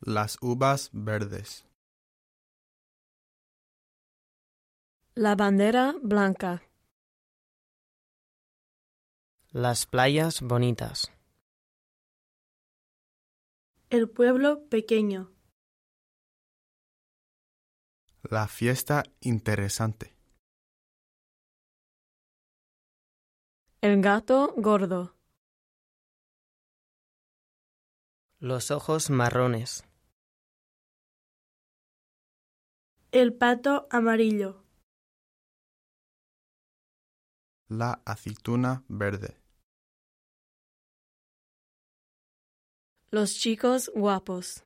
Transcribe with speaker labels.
Speaker 1: las uvas verdes.
Speaker 2: La bandera blanca.
Speaker 3: Las playas bonitas.
Speaker 4: El pueblo pequeño.
Speaker 1: La fiesta interesante.
Speaker 2: El gato gordo.
Speaker 3: Los ojos marrones.
Speaker 4: El pato amarillo.
Speaker 1: La aceituna verde.
Speaker 2: Los chicos guapos.